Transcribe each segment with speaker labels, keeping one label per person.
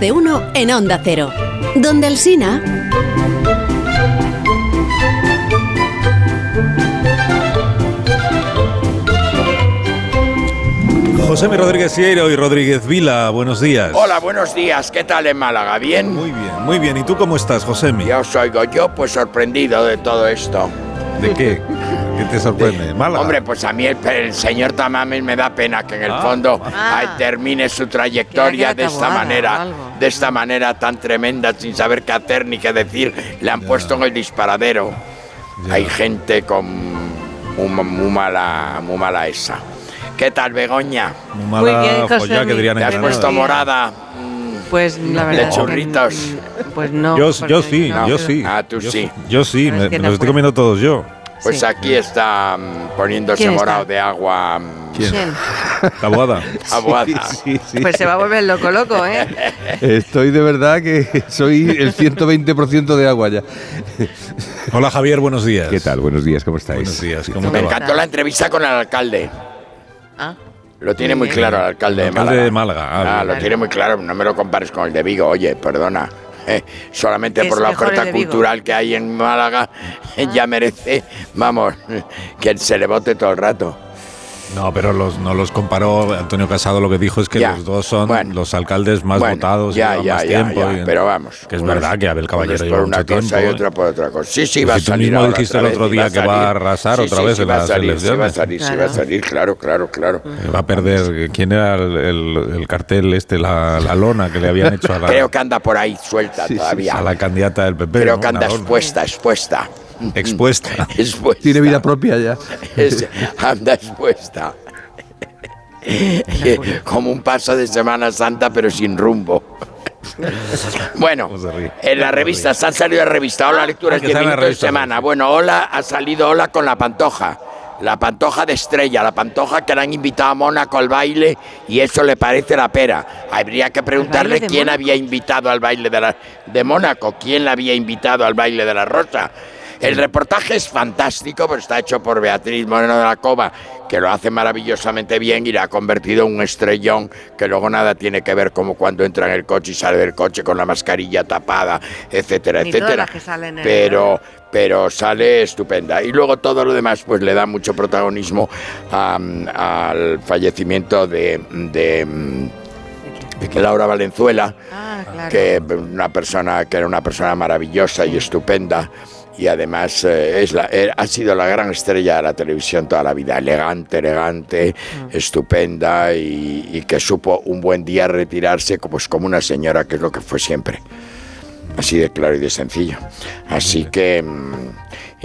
Speaker 1: de uno en Onda Cero. Donde el Sina.
Speaker 2: José M. Rodríguez Sierra y Rodríguez Vila, buenos días.
Speaker 3: Hola, buenos días. ¿Qué tal en Málaga? ¿Bien?
Speaker 2: Muy bien, muy bien. ¿Y tú cómo estás, José M?
Speaker 3: Ya os oigo yo, pues sorprendido de todo esto.
Speaker 2: ¿De qué? ¿Qué te sorprende? ¿Málaga?
Speaker 3: Hombre, pues a mí el, el señor Tamames me da pena que en el
Speaker 2: Ah,
Speaker 3: fondo
Speaker 4: ah.
Speaker 3: ay, termine su trayectoria
Speaker 4: Creo que
Speaker 3: de
Speaker 4: era
Speaker 3: esta
Speaker 4: tabuada o
Speaker 3: manera,
Speaker 4: algo.
Speaker 3: de esta manera tan tremenda, sin saber qué hacer ni qué decir. Le han puesto en el disparadero.
Speaker 2: Ya.
Speaker 3: Hay gente con muy, ma- muy mala, muy mala esa. ¿Qué tal, Begoña?
Speaker 2: Muy
Speaker 4: Muy bien,
Speaker 2: mala
Speaker 4: José
Speaker 2: follá que
Speaker 4: M.
Speaker 2: dirían
Speaker 3: ¿Te
Speaker 2: en
Speaker 3: has
Speaker 4: Buenos
Speaker 3: puesto
Speaker 4: días.
Speaker 3: morada? Mm,
Speaker 4: Pues la verdad. es que,
Speaker 3: churritos.
Speaker 4: mm, Pues no.
Speaker 2: Yo,
Speaker 4: porque
Speaker 2: yo sí,
Speaker 4: no,
Speaker 2: yo
Speaker 4: pero-
Speaker 2: sí.
Speaker 3: Ah, tú
Speaker 2: Yo
Speaker 3: sí.
Speaker 2: Yo sí,
Speaker 4: Pero
Speaker 2: me,
Speaker 4: es que
Speaker 2: me
Speaker 4: no
Speaker 2: los estoy
Speaker 4: puede.
Speaker 2: comiendo todos yo.
Speaker 3: Pues
Speaker 4: Sí.
Speaker 3: aquí está mm, poniéndose
Speaker 4: ¿Quién está?
Speaker 3: morado de agua mm,
Speaker 4: ¿Quién?
Speaker 2: Tabuada.
Speaker 3: aguada.
Speaker 5: Sí, sí.
Speaker 4: Pues se va a volver loco, loco, ¿eh?
Speaker 5: Estoy de verdad que soy el 120% de agua ya.
Speaker 2: Hola, Javier, buenos días.
Speaker 5: ¿Qué tal? Buenos días, ¿cómo estáis?
Speaker 2: Buenos días, ¿cómo
Speaker 3: Me
Speaker 2: te va?
Speaker 3: encantó la entrevista con el alcalde.
Speaker 4: Ah,
Speaker 3: Lo tiene muy
Speaker 4: Muy bien.
Speaker 3: claro el alcalde de
Speaker 2: El alcalde
Speaker 3: Málaga.
Speaker 2: de Málaga, ah,
Speaker 3: Ah,
Speaker 2: bien.
Speaker 3: lo tiene muy claro. No me lo compares con el de Vigo. Oye, perdona. Eh, solamente
Speaker 4: Es
Speaker 3: por la
Speaker 4: mejor el
Speaker 3: oferta
Speaker 4: de Vigo. Ah.
Speaker 3: cultural que hay en Málaga eh, ya merece, vamos, que se le vote todo el rato.
Speaker 2: No, pero los, no los comparó. Antonio Casado lo que dijo es que
Speaker 3: Ya.
Speaker 2: los dos son
Speaker 3: Bueno.
Speaker 2: los alcaldes más
Speaker 3: Bueno,
Speaker 2: votados.
Speaker 3: ya,
Speaker 2: llevan
Speaker 3: ya,
Speaker 2: más
Speaker 3: ya,
Speaker 2: tiempo.
Speaker 3: ya,
Speaker 2: y-
Speaker 3: pero vamos.
Speaker 2: Que es
Speaker 3: unos-
Speaker 2: verdad que Abel
Speaker 3: unos
Speaker 2: Caballero
Speaker 3: por
Speaker 2: lleva
Speaker 3: una
Speaker 2: mucho
Speaker 3: cosa
Speaker 2: tiempo.
Speaker 3: y
Speaker 2: ¿eh?
Speaker 3: otra por otra cosa. Sí, sí,
Speaker 2: Pues
Speaker 3: va a
Speaker 2: si tú
Speaker 3: salir
Speaker 2: mismo
Speaker 3: ahora
Speaker 2: dijiste
Speaker 3: otra
Speaker 2: el
Speaker 3: vez,
Speaker 2: otro
Speaker 3: y va
Speaker 2: día que
Speaker 3: salir.
Speaker 2: va a arrasar
Speaker 3: Sí,
Speaker 2: otra
Speaker 3: sí,
Speaker 2: vez
Speaker 3: sí,
Speaker 2: en
Speaker 3: va a
Speaker 2: las
Speaker 3: salir, Sí, va a
Speaker 2: elecciones.
Speaker 3: salir, sí, va a
Speaker 4: Claro.
Speaker 3: salir, claro, claro, claro.
Speaker 2: eh, Va a perder. ¿Quién era el, el- el cartel este, la, la lona que le habían hecho a la,
Speaker 3: Creo que anda por ahí suelta
Speaker 5: Sí, sí,
Speaker 3: todavía.
Speaker 2: a la candidata del PP?
Speaker 3: Creo
Speaker 2: ¿no?
Speaker 3: que anda
Speaker 2: Una lona.
Speaker 3: expuesta, expuesta.
Speaker 2: Expuesta.
Speaker 3: Expuesta.
Speaker 5: Tiene vida propia ya.
Speaker 3: Es- anda expuesta. Como un paso de Semana Santa, pero sin rumbo. Bueno,
Speaker 2: Cómo se ríe.
Speaker 3: en las revistas han salido la revista Hola Lecturas
Speaker 2: Ah, que
Speaker 3: 10
Speaker 2: sale la
Speaker 3: minutos de
Speaker 2: revista,
Speaker 3: semana.
Speaker 2: sí.
Speaker 3: Bueno, Hola ha salido Hola con la pantoja. La pantoja de estrella, la pantoja que le han invitado a Mónaco al baile y eso le parece la pera. Habría que preguntarle
Speaker 4: de
Speaker 3: quién
Speaker 4: Mónaco?
Speaker 3: había invitado al baile de, la, de Mónaco, quién la había invitado al baile de la rosa. El reportaje es fantástico, pero está hecho por Beatriz Moreno de la Cova, que lo hace maravillosamente bien y la ha convertido en un estrellón que luego nada tiene que ver como cuando entra en el coche y sale del coche con la mascarilla tapada, etcétera,
Speaker 4: Ni todas
Speaker 3: etcétera.
Speaker 4: las que salen en el-
Speaker 3: pero pero sale estupenda. Y luego todo lo demás, pues le da mucho protagonismo a- mm, al fallecimiento de, de, de Laura Valenzuela
Speaker 4: ah claro.
Speaker 3: que una persona que era una persona maravillosa y estupenda y además eh, es la- eh, ha sido la gran estrella de la televisión toda la vida, elegante, elegante, estupenda y, y que supo un buen día retirarse co- pues como una señora que es lo que fue siempre. Así de claro y de sencillo. Así que mm,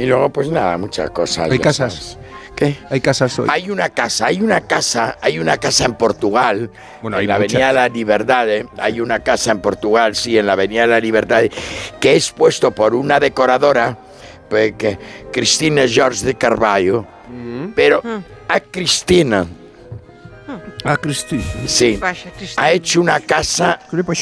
Speaker 3: y luego pues nada, muchas cosas.
Speaker 5: Hay
Speaker 3: ya
Speaker 5: casas.
Speaker 3: sabes. ¿Qué?
Speaker 5: Hay casas hoy.
Speaker 3: Hay una casa, hay una casa, hay una casa en Portugal,
Speaker 5: Bueno,
Speaker 3: en
Speaker 5: hay
Speaker 3: la
Speaker 5: muchas.
Speaker 3: Avenida La Libertad, ¿eh? hay una casa en Portugal, sí, en la Avenida La Libertad, que es puesto por una decoradora, pues, que- Cristina Jorge de Carvalho,
Speaker 5: Mm.
Speaker 3: pero a Cristina,
Speaker 5: Ah, Cristi.
Speaker 3: sí,
Speaker 4: Vaya, Cristina.
Speaker 3: ha hecho una casa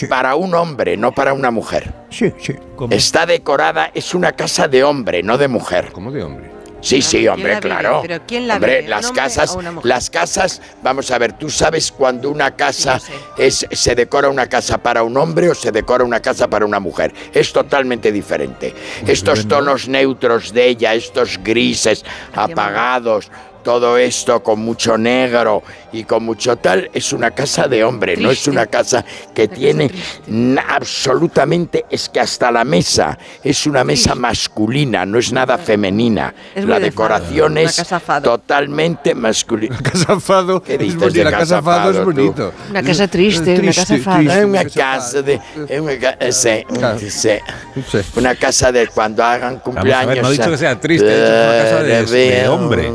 Speaker 3: para un hombre, no para una mujer.
Speaker 5: Sí, sí.
Speaker 3: Está decorada, es una casa de hombre, no de mujer.
Speaker 5: ¿Cómo de hombre?
Speaker 3: Sí,
Speaker 4: Claro,
Speaker 3: sí,
Speaker 4: ¿quién
Speaker 3: hombre,
Speaker 4: la vive?
Speaker 3: claro.
Speaker 4: ¿Pero quién la
Speaker 3: hombre,
Speaker 4: vive, un
Speaker 3: las
Speaker 4: hombre
Speaker 3: casas,
Speaker 4: o una mujer?
Speaker 3: las casas, vamos a ver, tú sabes cuando una casa
Speaker 4: Sí,
Speaker 3: es se decora una casa para un hombre o se decora una casa para una mujer. Es totalmente diferente. Estos tonos neutros de ella, estos grises apagados, todo esto con mucho negro y con mucho tal, es una casa de hombre, no es
Speaker 4: Triste.
Speaker 3: una casa que tiene na- absolutamente, es que hasta la mesa es una mesa masculina, no es nada femenina.
Speaker 4: Es muy
Speaker 3: la
Speaker 4: de
Speaker 3: decoración
Speaker 4: fado, una
Speaker 3: es
Speaker 4: casa fado.
Speaker 3: totalmente masculina.
Speaker 5: Casa Fado.
Speaker 3: ¿Qué dices
Speaker 5: es bonito.
Speaker 3: de
Speaker 5: La
Speaker 3: Casa
Speaker 5: casa Fado
Speaker 3: Fado,
Speaker 5: es
Speaker 3: tú?
Speaker 5: bonito.
Speaker 4: Una casa triste,
Speaker 5: Eh,
Speaker 4: una casa Fado.
Speaker 3: Es
Speaker 4: Es
Speaker 3: una casa de. es una ca- eh, sí,
Speaker 5: Claro.
Speaker 3: sí.
Speaker 5: Sí.
Speaker 3: Una casa de cuando hagan
Speaker 2: Vamos a
Speaker 3: cumpleaños.
Speaker 2: ver, no ha dicho que sea triste, ha dicho que es una casa de, de
Speaker 3: Claro,
Speaker 2: hombre.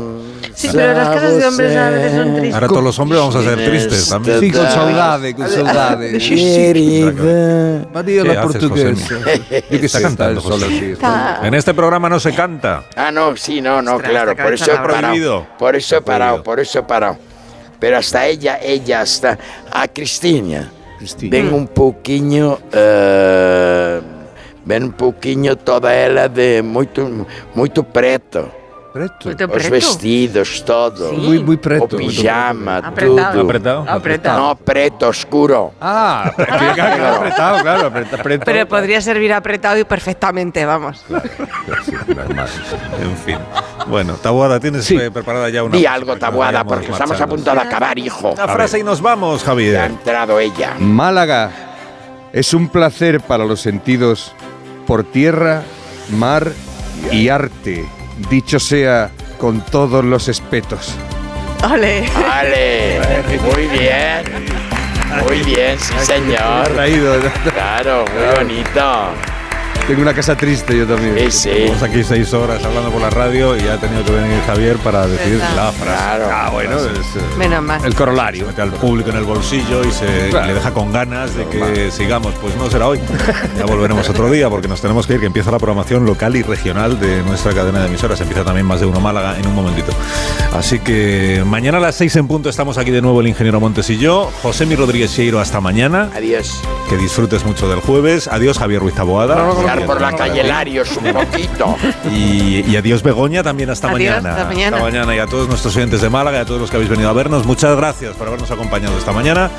Speaker 4: Sí, pero las casas de hombres a veces son tristes.
Speaker 2: Ahora todos los hombres vamos a ser
Speaker 5: este
Speaker 2: tristes también.
Speaker 5: Sí, con saudade, con saudade.
Speaker 3: Querida.
Speaker 5: María
Speaker 2: ¿Qué
Speaker 5: la
Speaker 2: haces,
Speaker 5: portuguesa.
Speaker 2: José Está
Speaker 5: Yo que sé, está
Speaker 2: cantando,
Speaker 5: el sol
Speaker 2: José.
Speaker 5: así. está-
Speaker 2: En este programa no se canta.
Speaker 3: Ah, no, sí, no, no,
Speaker 4: Ostras,
Speaker 3: claro.
Speaker 4: esta
Speaker 3: Por
Speaker 4: cabeza
Speaker 3: eso he
Speaker 4: está
Speaker 3: parado.
Speaker 2: prohibido.
Speaker 3: Por eso he
Speaker 2: Está
Speaker 3: parado,
Speaker 2: prohibido.
Speaker 3: por eso he parado. Pero hasta ella, ella, hasta a Cristina.
Speaker 5: Cristina.
Speaker 3: Ven un poquinho. eh, ven un poquinho toda ela de muito, muito preto.
Speaker 5: Preto.
Speaker 4: Muito
Speaker 3: Os
Speaker 4: preto.
Speaker 3: vestidos, todo.
Speaker 4: Sí.
Speaker 5: Muy, muy preto.
Speaker 3: O pijama,
Speaker 4: Apretado.
Speaker 3: todo.
Speaker 2: Apretado.
Speaker 4: Apretado.
Speaker 3: No, preto, oscuro.
Speaker 5: Ah, claro, claro, apretado, claro, apretado. apretado.
Speaker 4: Pero podría servir apretado y perfectamente, vamos.
Speaker 2: En fin. Bueno, Tabuada, ¿tienes eh, preparada ya una?
Speaker 3: Di
Speaker 2: frase
Speaker 3: algo,
Speaker 2: para que
Speaker 3: Tabuada,
Speaker 2: vayamos
Speaker 3: porque estamos a
Speaker 2: marchando?
Speaker 3: punto de acabar, hijo.
Speaker 2: Una frase y nos vamos,
Speaker 3: Ha
Speaker 2: Javier.
Speaker 3: entrado ella.
Speaker 5: Málaga es un placer para los sentidos por tierra, mar y arte. Dicho sea con todos los espetos.
Speaker 4: Ole.
Speaker 3: Vale, muy bien. Muy bien, sí, señor.
Speaker 5: Traído.
Speaker 3: Claro, muy bonito.
Speaker 5: Tengo una casa triste yo
Speaker 3: Sí,
Speaker 5: también.
Speaker 3: sí.
Speaker 2: Estamos aquí seis horas hablando por la radio y ha tenido que venir Javier para decir
Speaker 4: Verdad.
Speaker 2: la frase.
Speaker 3: Claro.
Speaker 2: Ah, bueno, es, eh,
Speaker 4: Menos mal.
Speaker 2: el corolario. Mete al público en el bolsillo y se
Speaker 5: Claro.
Speaker 2: y le deja con ganas de que sigamos. Pues no será hoy. Ya volveremos otro día porque nos tenemos que ir, que empieza la programación local y regional de nuestra cadena de emisoras. Empieza también más de uno Málaga en un momentito. Así que mañana a las seis en punto estamos aquí de nuevo el ingeniero Montes y yo. José Mi Rodríguez Sieiro, hasta mañana.
Speaker 3: Adiós.
Speaker 2: Que disfrutes mucho del jueves. Adiós, Javier Ruiz Taboada.
Speaker 3: Mirar por la calle Larios un poquito.
Speaker 2: Y, y adiós Begoña también hasta
Speaker 4: Adiós,
Speaker 2: mañana.
Speaker 4: hasta mañana.
Speaker 2: Hasta mañana y a todos nuestros oyentes de Málaga y a todos los que habéis venido a vernos. Muchas gracias por habernos acompañado esta mañana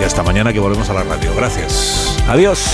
Speaker 2: y hasta mañana que volvemos a la radio. Gracias. Adiós.